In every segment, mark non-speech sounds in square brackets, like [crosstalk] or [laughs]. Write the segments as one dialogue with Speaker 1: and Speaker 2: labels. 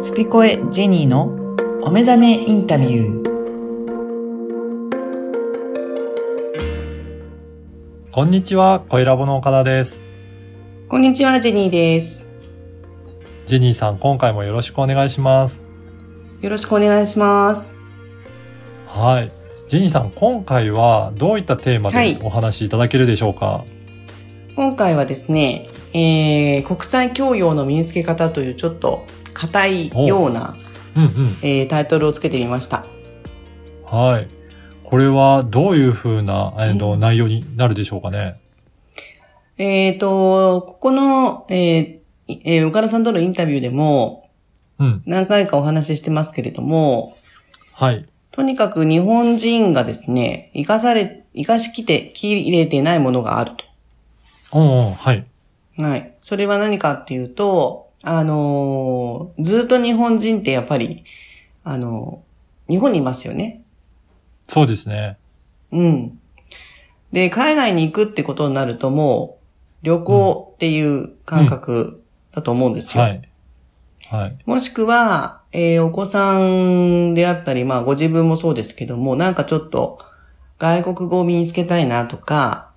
Speaker 1: スピコエジェニーのお目覚めインタビュー。
Speaker 2: こんにちは、声ラボの岡田です。
Speaker 3: こんにちは、ジェニーです。
Speaker 2: ジェニーさん、今回もよろしくお願いします。
Speaker 3: よろしくお願いします。
Speaker 2: はい。ジェニーさん、今回はどういったテーマ
Speaker 3: は
Speaker 2: で
Speaker 3: い
Speaker 2: お話しいただけるでしょうか、
Speaker 3: 今回はですね、えー、国際教養の身につけ方というちょっと硬いような、
Speaker 2: うんうん。
Speaker 3: えータイトルをつけてみました。
Speaker 2: はい。これはどういうふうな、えーと
Speaker 3: うん
Speaker 2: 内容になるでしょうかね
Speaker 3: えーと、ここの、えーいえー岡田さんとのインタビューでも
Speaker 2: うん。
Speaker 3: 何回かお話ししてますけれども、
Speaker 2: はい。
Speaker 3: とにかく日本人がですね、生かされ、生かしきて、切れてないものがあると。
Speaker 2: うんうん。はい。
Speaker 3: はい。それは何かっていうと、あのーずっと日本人ってやっぱり、あのー日本にいますよね。
Speaker 2: そうですね。
Speaker 3: うん。で、海外に行くってことになるともう、旅行っていう感覚だと思うんですよ。
Speaker 2: はい。はい。
Speaker 3: もしくは、えーお子さんであったり、まあご自分もそうですけども、なんかちょっと外国語を身につけたいなとか、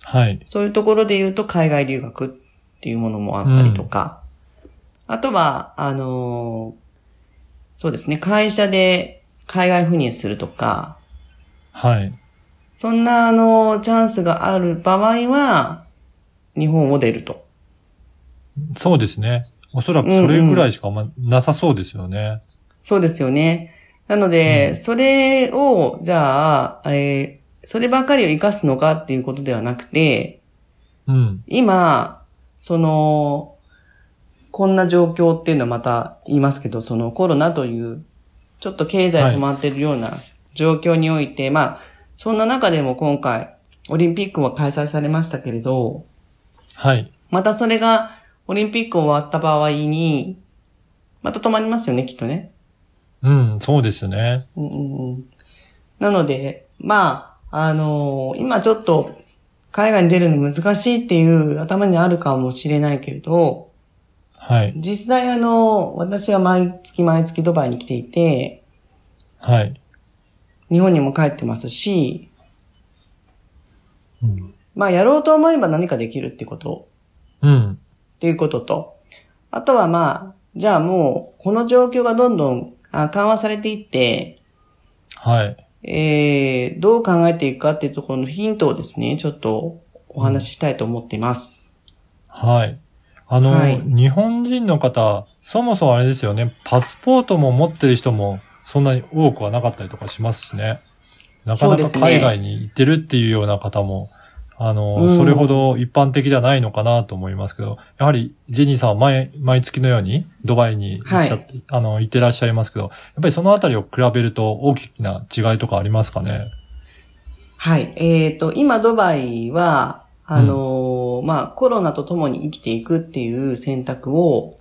Speaker 2: はい。
Speaker 3: そういうところで言うと海外留学っていうものもあったりとか、あとは、あのーそうですね、会社で海外赴任するとか、
Speaker 2: はい。
Speaker 3: そんな、あのーチャンスがある場合は、日本を出ると。
Speaker 2: そうですね。おそらくそれぐらいしかあんまなさそうですよね。
Speaker 3: そうですよね。なので、それを、じゃあ、えーそればかりを活かすのかっていうことではなくて、
Speaker 2: うん。
Speaker 3: 今、その、こんな状況っていうのはまた言いますけど、そのコロナという、ちょっと経済止まってるような状況において、まあ、そんな中でも今回、オリンピックは開催されましたけれど、
Speaker 2: はい。
Speaker 3: またそれが、オリンピック終わった場合に、また止まりますよね、きっとね。
Speaker 2: うん、そうですね。
Speaker 3: うんうんうんなので、まあ、あのー今ちょっと、海外に出るの難しいっていう頭にあるかもしれないけれど、
Speaker 2: はい。
Speaker 3: 実際あの、私は毎月毎月ドバイに来ていて、
Speaker 2: はい。
Speaker 3: 日本にも帰ってますし、
Speaker 2: うん。
Speaker 3: まあやろうと思えば何かできるってこと、
Speaker 2: うん。
Speaker 3: っていうことと、あとはまあ、じゃあもう、この状況がどんどんあ緩和されていって、
Speaker 2: はい。
Speaker 3: えー、どう考えていくかっていうところのヒントをですね、ちょっとお話ししたいと思っています。
Speaker 2: はい。あの、
Speaker 3: はい
Speaker 2: 日本人の方、そもそもあれですよね、パスポートも持ってる人もそんなに多くはなかったりとかしますしね。なか
Speaker 3: そ
Speaker 2: な
Speaker 3: うで
Speaker 2: か
Speaker 3: すね
Speaker 2: 海外に行ってるっていうような方も、あの、
Speaker 3: うん
Speaker 2: それほど一般的じゃないのかなと思いますけど、やはりジェニーさんは毎毎月のようにドバイにいらっしゃっあの行ってらっしゃいますけど、やっぱりそのあたりを比べると大きな違いとかありますかね。
Speaker 3: はい。えっ、と、今ドバイは、あのーまあコロナと共に生きていくっていう選択を、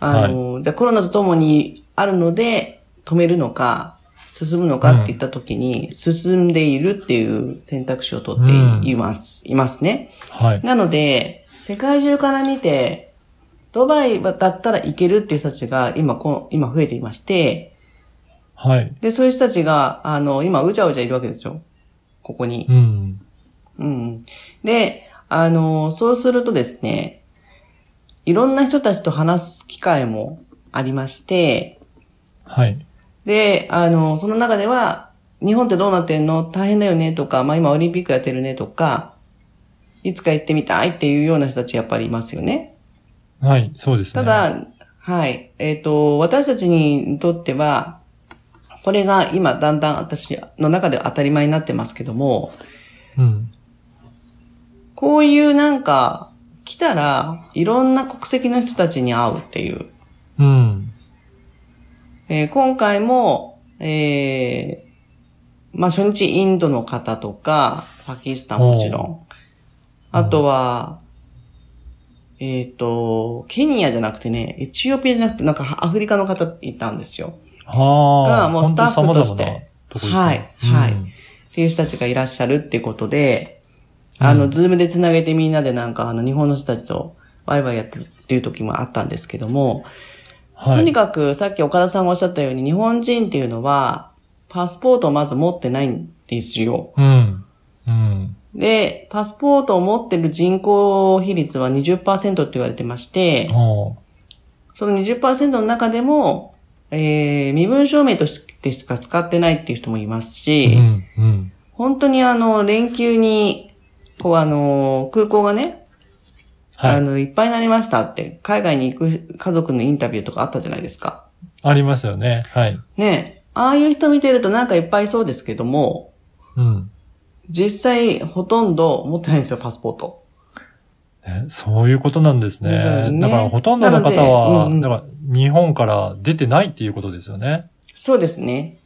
Speaker 3: あの、じゃあコロナとともにあるので止めるのか、進むのかって言った時に、進んでいるっていう選択肢を取っています、いますね。
Speaker 2: はい。
Speaker 3: なので、世界中から見て、ドバイだったら行けるっていう人たちが今こ、今増えていまして、
Speaker 2: はい。
Speaker 3: で、そういう人たちが、あの、今、うじゃうじゃいるわけですよ。ここに
Speaker 2: う。ん。
Speaker 3: うん。で、あの、そうするとですね、いろんな人たちと話す機会もありまして、
Speaker 2: はい。
Speaker 3: で、あの、その中では、日本ってどうなってんの大変だよねとか、まあ今オリンピックやってるねとか、いつか行ってみたいっていうような人たちやっぱりいますよね。
Speaker 2: はい。そうですね。
Speaker 3: ただ、はい。えっ、と、私たちにとっては、これが今だんだん私の中では当たり前になってますけども、
Speaker 2: うん。
Speaker 3: こういうなんか、来たら、いろんな国籍の人たちに会うっていう。
Speaker 2: うん。
Speaker 3: えー今回も、えーまあ、初日インドの方とか、パキスタンもちろ
Speaker 2: お
Speaker 3: ん。あとは、えっ、と、ケニアじゃなくてね、エチオピアじゃなくて、なんかアフリカの方いたんですよ。
Speaker 2: はあ。
Speaker 3: がもうスタッフとして
Speaker 2: 本当に様々なとこですね
Speaker 3: はい
Speaker 2: うん
Speaker 3: っていう人たちがいらっしゃるってことで、あ
Speaker 2: う
Speaker 3: の、
Speaker 2: ん
Speaker 3: ズームでつなげてみんなでなんか、あの、日本の人たちとワイワイやってるっていう時もあったんですけども、
Speaker 2: は
Speaker 3: とに
Speaker 2: い。
Speaker 3: かくさっき岡田さんがおっしゃったように日本人っていうのはパスポートをまず持ってないんですよ。
Speaker 2: うん。うん。
Speaker 3: で、パスポートを持ってる人口比率は20%って言われてまして、
Speaker 2: おう
Speaker 3: その20%の中でも、えー、身分証明としてしか使ってないっていう人もいますし、
Speaker 2: うん。うん。
Speaker 3: 本当にあの、連休に、こうあの、空港がね、
Speaker 2: は
Speaker 3: あ
Speaker 2: い。
Speaker 3: の、いっぱいになりましたって、海外に行く家族のインタビューとかあったじゃないですか。
Speaker 2: ありますよね。はい。
Speaker 3: ねえ、ああいう人見てるとなんかいっぱいいそうですけども、
Speaker 2: うん。
Speaker 3: 実際ほとんど持ってないんですよ、パスポート。
Speaker 2: ねそういうことなんです
Speaker 3: ですよ
Speaker 2: ね。
Speaker 3: ね
Speaker 2: だからほとんどの方
Speaker 3: な
Speaker 2: は、
Speaker 3: のでうんうん
Speaker 2: だから日本から出てないっていうことですよね。
Speaker 3: そうですね。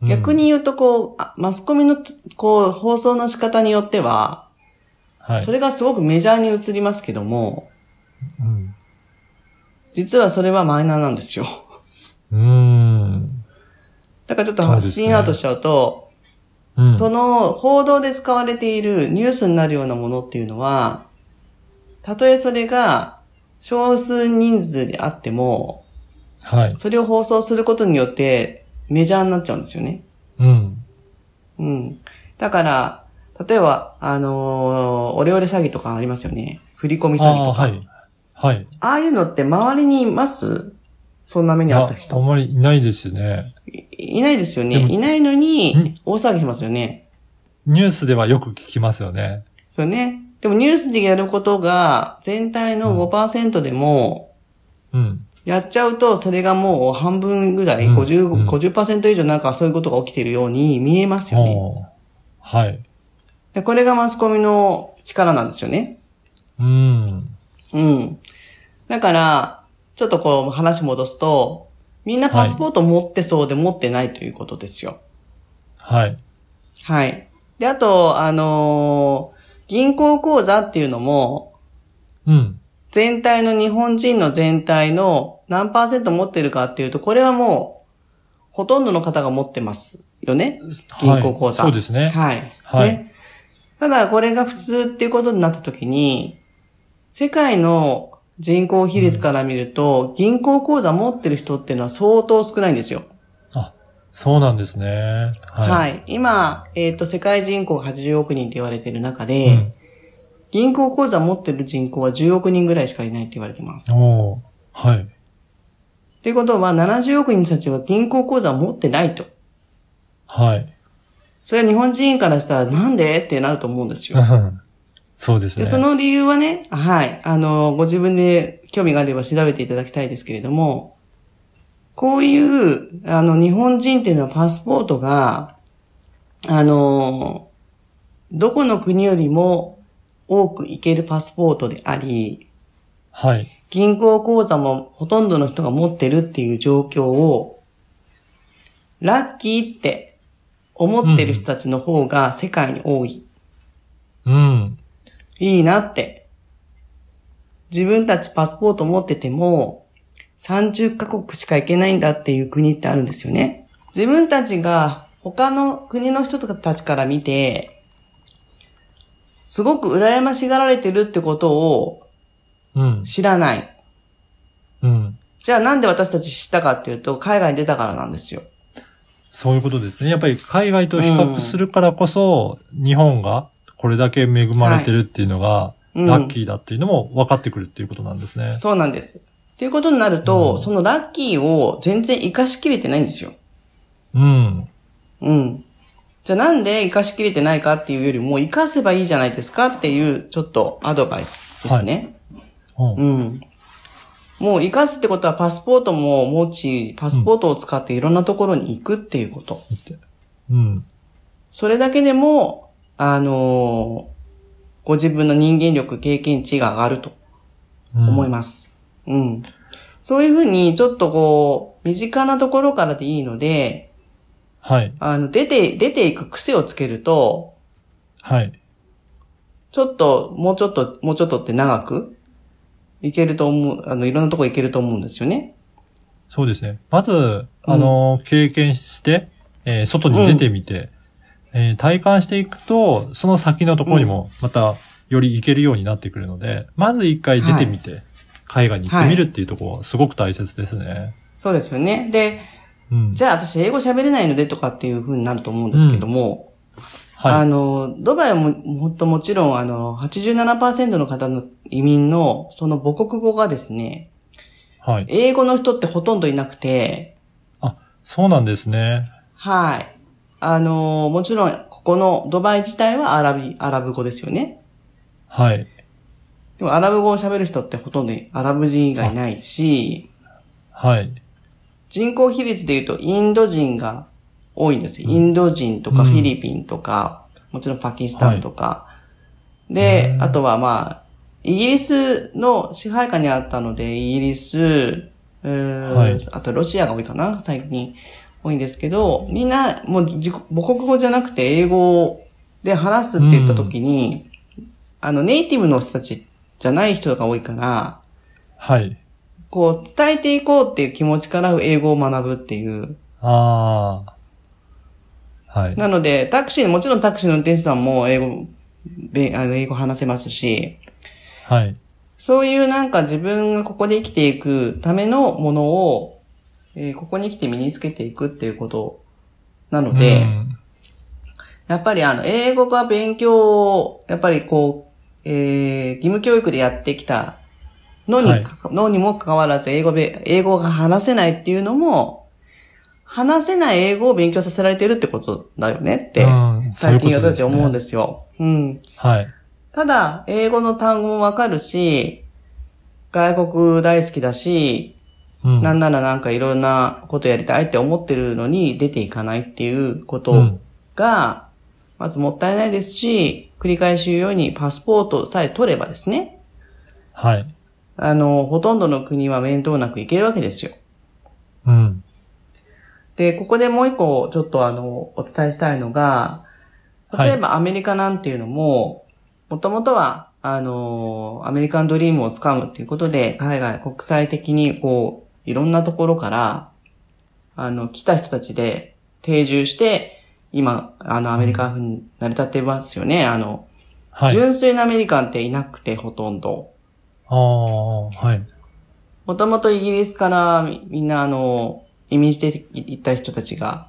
Speaker 2: うん
Speaker 3: 逆、に言うとこう、あマスコミのこう、放送の仕方によっては、
Speaker 2: はい
Speaker 3: そ。れがすごくメジャーに映りますけども、
Speaker 2: うん
Speaker 3: 実はそれはマイナーなんですよ。 [laughs]
Speaker 2: うーん。
Speaker 3: だからちょっ
Speaker 2: そう
Speaker 3: と
Speaker 2: ですね
Speaker 3: スピンアウトしちゃうと、
Speaker 2: うん。
Speaker 3: その報道で使われているニュースになるようなものっていうのは、たとえそれが少数人数であっても、
Speaker 2: はい。
Speaker 3: それを放送することによってメジャーになっちゃうんですよね。
Speaker 2: うん。
Speaker 3: うん。だから、例えば、あのーオレオレ詐欺とかありますよね。振り込み詐欺
Speaker 2: あ
Speaker 3: と
Speaker 2: あ
Speaker 3: か。あ,、
Speaker 2: ー、はい。はい。
Speaker 3: あいうのって周りにいますそんな目にあった
Speaker 2: いやあん
Speaker 3: 人。
Speaker 2: まりいないですね。
Speaker 3: いいないですよね。
Speaker 2: でも
Speaker 3: いないの
Speaker 2: うん
Speaker 3: に、大騒ぎしますよね。
Speaker 2: ニュースではよく聞きますよね。
Speaker 3: そうね。でもニュースでやることが全体の5%でも、
Speaker 2: うん。
Speaker 3: やっちゃうとそれがもう半分ぐらい、
Speaker 2: うん
Speaker 3: 50、
Speaker 2: うん
Speaker 3: 50%以上なんかそういうことが起きているように見えますよね。
Speaker 2: おーはい。
Speaker 3: でこれがマスコミの力なんですよね。
Speaker 2: うん。
Speaker 3: うん。だから、ちょっとこう話戻すと、みんなパスポート持ってそうで持ってないということですよ。
Speaker 2: はい。
Speaker 3: はい。で、あと、あのー銀行口座っていうのも、
Speaker 2: うん。
Speaker 3: 全体の日本人の全体の何パーセント持ってるかっていうと、これはもう、ほとんどの方が持ってますよね。銀行口座
Speaker 2: はいそうですね。
Speaker 3: はい。
Speaker 2: はい
Speaker 3: ね、ただ、これが普通っていうことになったときに、世界の人口比率から見ると、銀行口座持ってる人っていうのは相当少ないんですよ。
Speaker 2: そうなんですね。
Speaker 3: はい。
Speaker 2: はい。
Speaker 3: 今、えっ、と、世界人口が80億人って言われてる中で、
Speaker 2: うん
Speaker 3: 銀行口座持ってる人口は10億人ぐらいしかいないって言われてます。
Speaker 2: おーはい。
Speaker 3: っていうことは、70億人たちは銀行口座を持ってないと。
Speaker 2: はい。 [laughs]
Speaker 3: それは日本人からしたらなんでってなると思うんです
Speaker 2: う
Speaker 3: よ。
Speaker 2: んそうです
Speaker 3: で、
Speaker 2: ね。
Speaker 3: その理由はね、はい、あの、ご自分で興味があれば調べていただきたいですけれども、こういう、あの、日本人っていうのはパスポートが、あの、どこの国よりも多く行けるパスポートであり、
Speaker 2: はい。
Speaker 3: 銀行口座もほとんどの人が持ってるっていう状況を、ラッキーって思ってる人たちの方が世界に多い。
Speaker 2: うん。
Speaker 3: いいなって。自分たちパスポート持ってても、30カ国しか行けないんだっていう国ってあるんですよね。自分たちが他の国の人たちから見て、すごく羨ましがられてるってことを
Speaker 2: うん。
Speaker 3: 知らない。
Speaker 2: うん。
Speaker 3: じゃあなんで私たち知ったかっていうと、海外に出たからなんですよ。
Speaker 2: そういうことですね。やっぱり海外と比較するからこそ、日本がこれだけ恵まれてるっていうのが、
Speaker 3: うん
Speaker 2: ラッキーだっていうのも分かってくるっていうことなんですね。
Speaker 3: そうなんです。っていうことになると、
Speaker 2: うん
Speaker 3: そのラッキーを全然活かしきれてないんですよ。
Speaker 2: うん。
Speaker 3: うん。じゃあなんで活かしきれてないかっていうよりも、活かせばいいじゃないですかっていう、ちょっとアドバイスですね。
Speaker 2: うん
Speaker 3: うん。もう活かすってことはパスポートも持ち、パスポートを使っていろんなところに行くっていうこと。
Speaker 2: うん。
Speaker 3: それだけでも、あのーご自分の人間力、経験値が上がると
Speaker 2: うん
Speaker 3: 思います。うん。そういうふうに、ちょっとこう、身近なところからでいいので、
Speaker 2: はい。
Speaker 3: あの、出て、出ていく癖をつけると、
Speaker 2: はい。
Speaker 3: ちょっと、もうちょっと、もうちょっとって長く、いけると思う、あの、いろんなとこ行けると思うんですよね。
Speaker 2: そうですね。まず、あの、経験して、えー外に出てみて、えー体感していくと、その先のところにも、また、より行けるようになってくるので、まず一回出てみて、海外に行ってみるっていうところはすごく大切ですね。
Speaker 3: そうですよね。で、
Speaker 2: うん。
Speaker 3: じゃあ私英語喋れないのでとかっていうふうになると思うんですけども、あ
Speaker 2: はい。
Speaker 3: の、ドバイはも、もっともちろん、あの、87%の方の移民の、その母国語がですね、
Speaker 2: はい。
Speaker 3: 英語の人ってほとんどいなくて、
Speaker 2: そうなんですね。
Speaker 3: はい。あの、もちろん、ここのドバイ自体はアラビ、アラブ語ですよね。
Speaker 2: はい。
Speaker 3: でもアラブ語を喋る人ってほとんどアラブ人以外いないし、
Speaker 2: はい。
Speaker 3: 人口比率で言うとインド人が多いんです。インド人とか
Speaker 2: うん
Speaker 3: フィリピンとか、もちろんパキスタンとか。で、
Speaker 2: うん
Speaker 3: あとはまあ、イギリスの支配下にあったので、イギリス、うーん
Speaker 2: はい
Speaker 3: あとロシアが多いかな、最近多いんですけど、みんなもう自己母国語じゃなくて英語で話すって言った時に、あのネイティブの人たちじゃない人が多いから、
Speaker 2: はい。
Speaker 3: こう伝えていこうっていう気持ちから英語を学ぶっていう。
Speaker 2: ああ。はい。
Speaker 3: なので、タクシー、もちろんタクシーの運転手さんも英語、べあの英語話せますし、
Speaker 2: はい。
Speaker 3: そういうなんか自分がここで生きていくためのものを、えーここに来て身につけていくっていうことなので、
Speaker 2: うん
Speaker 3: やっぱりあの、英語が勉強を、やっぱりこう、えー義務教育でやってきたのに、
Speaker 2: はい
Speaker 3: かのにもかかわらず、英語べ、英語が話せないっていうのも、話せない英語を勉強させられてるってことだよねって、
Speaker 2: うんそう
Speaker 3: 最
Speaker 2: いうこと
Speaker 3: 近
Speaker 2: です
Speaker 3: 私
Speaker 2: ね
Speaker 3: たち思うんですよ。うん。
Speaker 2: はい。
Speaker 3: ただ、英語の単語もわかるし、外国大好きだし、
Speaker 2: うん。
Speaker 3: なんならなんかいろんなことやりたいって思ってるのに出ていかないっていうこと
Speaker 2: うん
Speaker 3: が、まずもったいないですし、繰り返し言うようにパスポートさえ取ればですね、
Speaker 2: はい。
Speaker 3: あの、ほとんどの国は面倒なく行けるわけですよ。
Speaker 2: うん。
Speaker 3: で、ここでもう一個ちょっとあの、お伝えしたいのが、
Speaker 2: はい
Speaker 3: 例えばアメリカなんていうのも、もともとは、あの、アメリカンドリームをつかむっていうことで、海外、国際的にこう、いろんなところから、あの、来た人たちで定住して、今、あの、アメリカ風に成り立ってますよね。あの、
Speaker 2: はい。
Speaker 3: 純粋なアメリカンっていなくて、ほとんど。
Speaker 2: ああ、はい。
Speaker 3: もともとイギリスからみみんなあの、移民していった人たちが、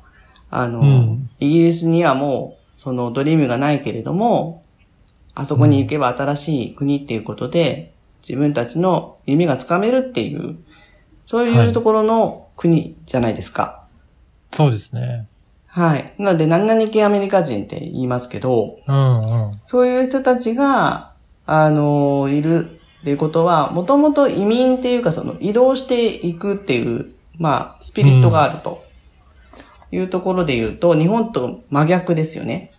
Speaker 3: あの、
Speaker 2: うん
Speaker 3: イギリスにはもう、そのドリームがないけれども、あそこに行けば新しい国っていうことで、自分たちの夢がつかめるっていう、そう
Speaker 2: はいいう
Speaker 3: ところの国じゃないですか。
Speaker 2: そうですね。
Speaker 3: はい。なので、何々系アメリカ人って言いますけど、
Speaker 2: うんうん。
Speaker 3: そういう人たちが、あの、いるっていうことは、もともと移民っていうか、その移動していくっていう、まあ、スピリットがあると。いうところで言うと、日本と真逆ですよね。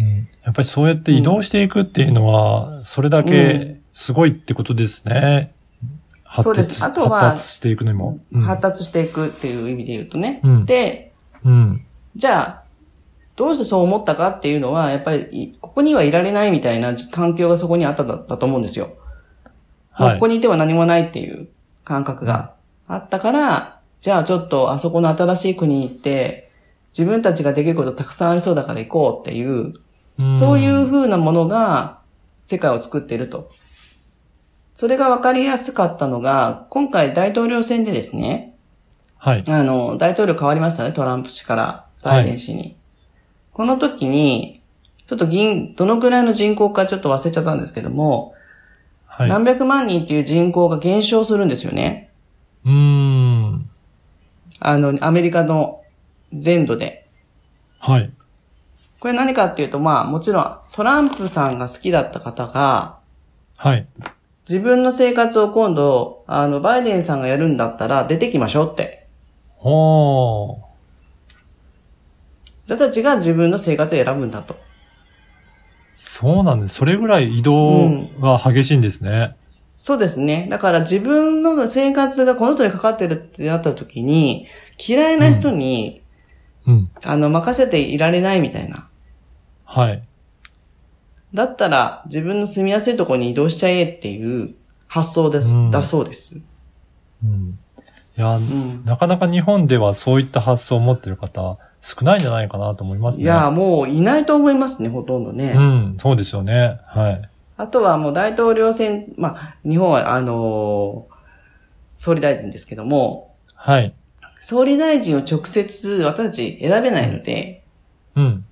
Speaker 2: うんやっぱりそうやって移動していくっていうのは、それだけすごいってことですね。発
Speaker 3: そうで
Speaker 2: 達
Speaker 3: すあとは
Speaker 2: 発達していくのにも。うん
Speaker 3: 発達していくっていう意味で言うとね。
Speaker 2: うん
Speaker 3: で、
Speaker 2: うん。
Speaker 3: じゃあ、どうしてそう思ったかっていうのは、やっぱりい、ここにはいられないみたいな環境がそこにあっただだと思うんですよ。もう
Speaker 2: は
Speaker 3: こ
Speaker 2: い
Speaker 3: こ。にいては何もないっていう感覚があったから、じゃあちょっとあそこの新しい国に行って、自分たちができることたくさんありそうだから行こうっていう、
Speaker 2: ん
Speaker 3: そういう。風なものが世界を作っていると。それが分かりやすかったのが、今回大統領選でですね、
Speaker 2: はい。
Speaker 3: あの、大統領変わりましたね、トランプ氏からバイデン氏に。この時に、ちょっと銀、どのくらいの人口かちょっと忘れちゃったんですけども、
Speaker 2: はい。
Speaker 3: 何百万人っていう人口が減少するんですよね。
Speaker 2: うーん。
Speaker 3: あの、アメリカの全土で。
Speaker 2: はい。
Speaker 3: これ何かっていうと、まあ、もちろんトランプさんが好きだった方が、
Speaker 2: はい。
Speaker 3: 自分の生活を今度、あの、バイデンさんがやるんだったら出てきましょうって。
Speaker 2: おー。
Speaker 3: 私たちが自分の生活を選ぶんだと。
Speaker 2: そうなんです。それぐらい移動が激しいんですね。
Speaker 3: そうですね。だから自分の生活がこの人にかかってるってなった時に、嫌いな人に、
Speaker 2: うん。
Speaker 3: あの、任せていられないみたいな。
Speaker 2: はい。
Speaker 3: だったら自分の住みやすいところに移動しちゃえっていう発想です、
Speaker 2: うん
Speaker 3: だそうです。
Speaker 2: うん。いや、
Speaker 3: うん。
Speaker 2: なかなか日本ではそういった発想を持ってる方少ないんじゃないかなと思いますね。
Speaker 3: いや、もういないと思いますね、ほとんどね。
Speaker 2: うん、そうですよね。はい。
Speaker 3: あとはもう大統領選、まあ、日本は、あのー総理大臣ですけども、
Speaker 2: はい。
Speaker 3: 総理大臣を直接私たち選べないので、
Speaker 2: うん。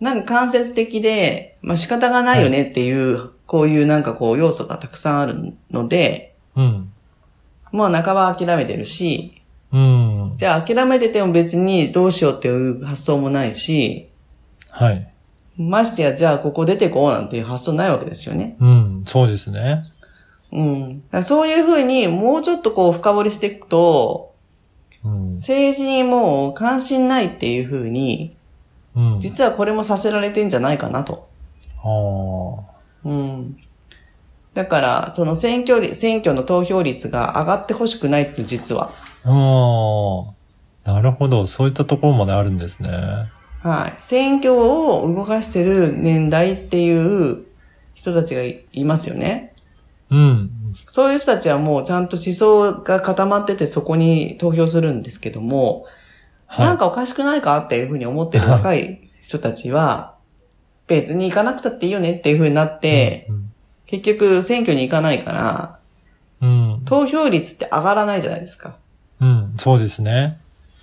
Speaker 3: なんか間接的で、まあ仕方がないよねっていう、こういうなんかこう要素がたくさんあるので、
Speaker 2: うん。
Speaker 3: まあ半ば諦めてるし、
Speaker 2: うん。
Speaker 3: じゃあ諦めてても別にどうしようっていう発想もないし、
Speaker 2: はい。
Speaker 3: ましてやじゃあここ出てこうなんていう発想ないわけですよね。
Speaker 2: うん。そうですね。
Speaker 3: うん。だからそういうふうにもうちょっとこう深掘りしていくと、
Speaker 2: うん。
Speaker 3: 政治にもう関心ないっていうふうに、
Speaker 2: うん。
Speaker 3: 実はこれもさせられてんじゃないかなと。
Speaker 2: あ
Speaker 3: うん。だから、その選挙率、選挙の投票率が上がってほしくないって実は。
Speaker 2: あ。うん。なるほど。そういったところまであるんですね。
Speaker 3: はい。選挙を動かしてる年代っていう人たちがいいますよね。
Speaker 2: うん。
Speaker 3: そういう人たちはもうちゃんと思想が固まっててそこに投票するんですけども、
Speaker 2: はい。
Speaker 3: なんかおかしくないかっていうふうに思ってる若い人たちは、別に行かなくたっていいよねっていうふうになって、
Speaker 2: うん、
Speaker 3: 結局選挙に行かないから、
Speaker 2: うん。
Speaker 3: 投票率って上がらないじゃないですか。
Speaker 2: うん。そうですね。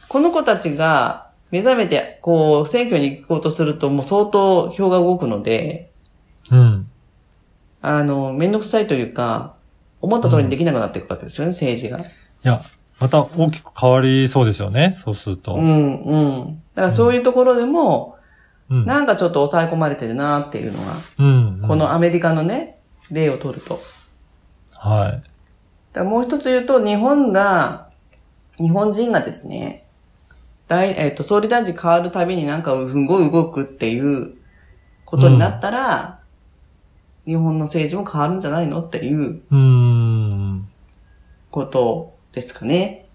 Speaker 3: この子たちが目覚めて、こう、選挙に行こうとすると、もう相当票が動くので、
Speaker 2: うん。
Speaker 3: あの、めんどくさいというか、思った通りにできなくなっていくわけですよね、政治が。
Speaker 2: いや、また大きく変わりそうですよね。そうすると。
Speaker 3: うん、うん。だからそういうところでも、
Speaker 2: うん。
Speaker 3: なんかちょっと抑え込まれてるなっていうのが、
Speaker 2: うん。
Speaker 3: このアメリカのね、例を取ると。
Speaker 2: はい。
Speaker 3: だからもう一つ言うと、日本が、日本人がですね、大えっ、と、総理大臣変わるたびになんかすんごい動くっていうことになったら、日本の政治も変わるんじゃないのっていう
Speaker 2: うーん。
Speaker 3: ことですかね。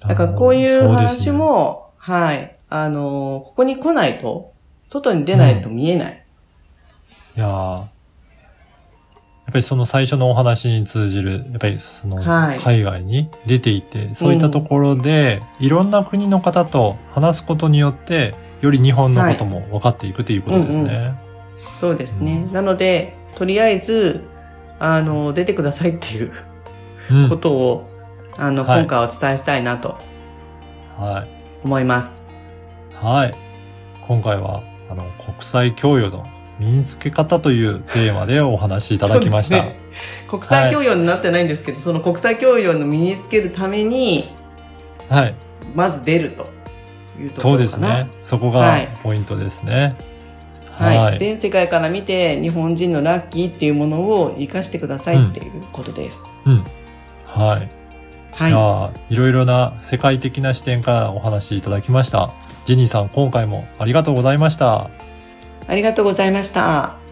Speaker 3: だからこういう話
Speaker 2: そう
Speaker 3: も、はい、あのーここに来ないと、外に出ないと見えない。
Speaker 2: ですね、いやーやっぱりその最初のお話に通じる、やっぱりその
Speaker 3: はい
Speaker 2: 海外に出ていて、そういったところで、いろんな国の方と話すことによって、より日本のことも分かっていくということですね。
Speaker 3: はいそうですね。なので、とりあえず、あのー出てくださいっていう
Speaker 2: うん
Speaker 3: ことを、あの、
Speaker 2: はい
Speaker 3: 今回お伝えしたいなと
Speaker 2: はい。
Speaker 3: 思います。
Speaker 2: はい。今回は、あの、国際教養の身につけ方というテーマでお話しいただきました。
Speaker 3: そうですね国際教養になってないんですけど、その国際教養の身につけるために、
Speaker 2: はい。
Speaker 3: まず出るというとこ
Speaker 2: そう
Speaker 3: ろ
Speaker 2: で
Speaker 3: か
Speaker 2: す
Speaker 3: な
Speaker 2: ね。。そこ
Speaker 3: は
Speaker 2: が
Speaker 3: い
Speaker 2: ポイントですね。
Speaker 3: はい、
Speaker 2: はい。
Speaker 3: 全世界から見て、日本人のラッキーっていうものを活かしてくださいっていうことです。
Speaker 2: はい。い
Speaker 3: はい。
Speaker 2: や
Speaker 3: は
Speaker 2: ーいろいろな世界的な視点からお話しいただきました。ジェニーさん、今回もありがとうございました。
Speaker 3: ありがとうございました。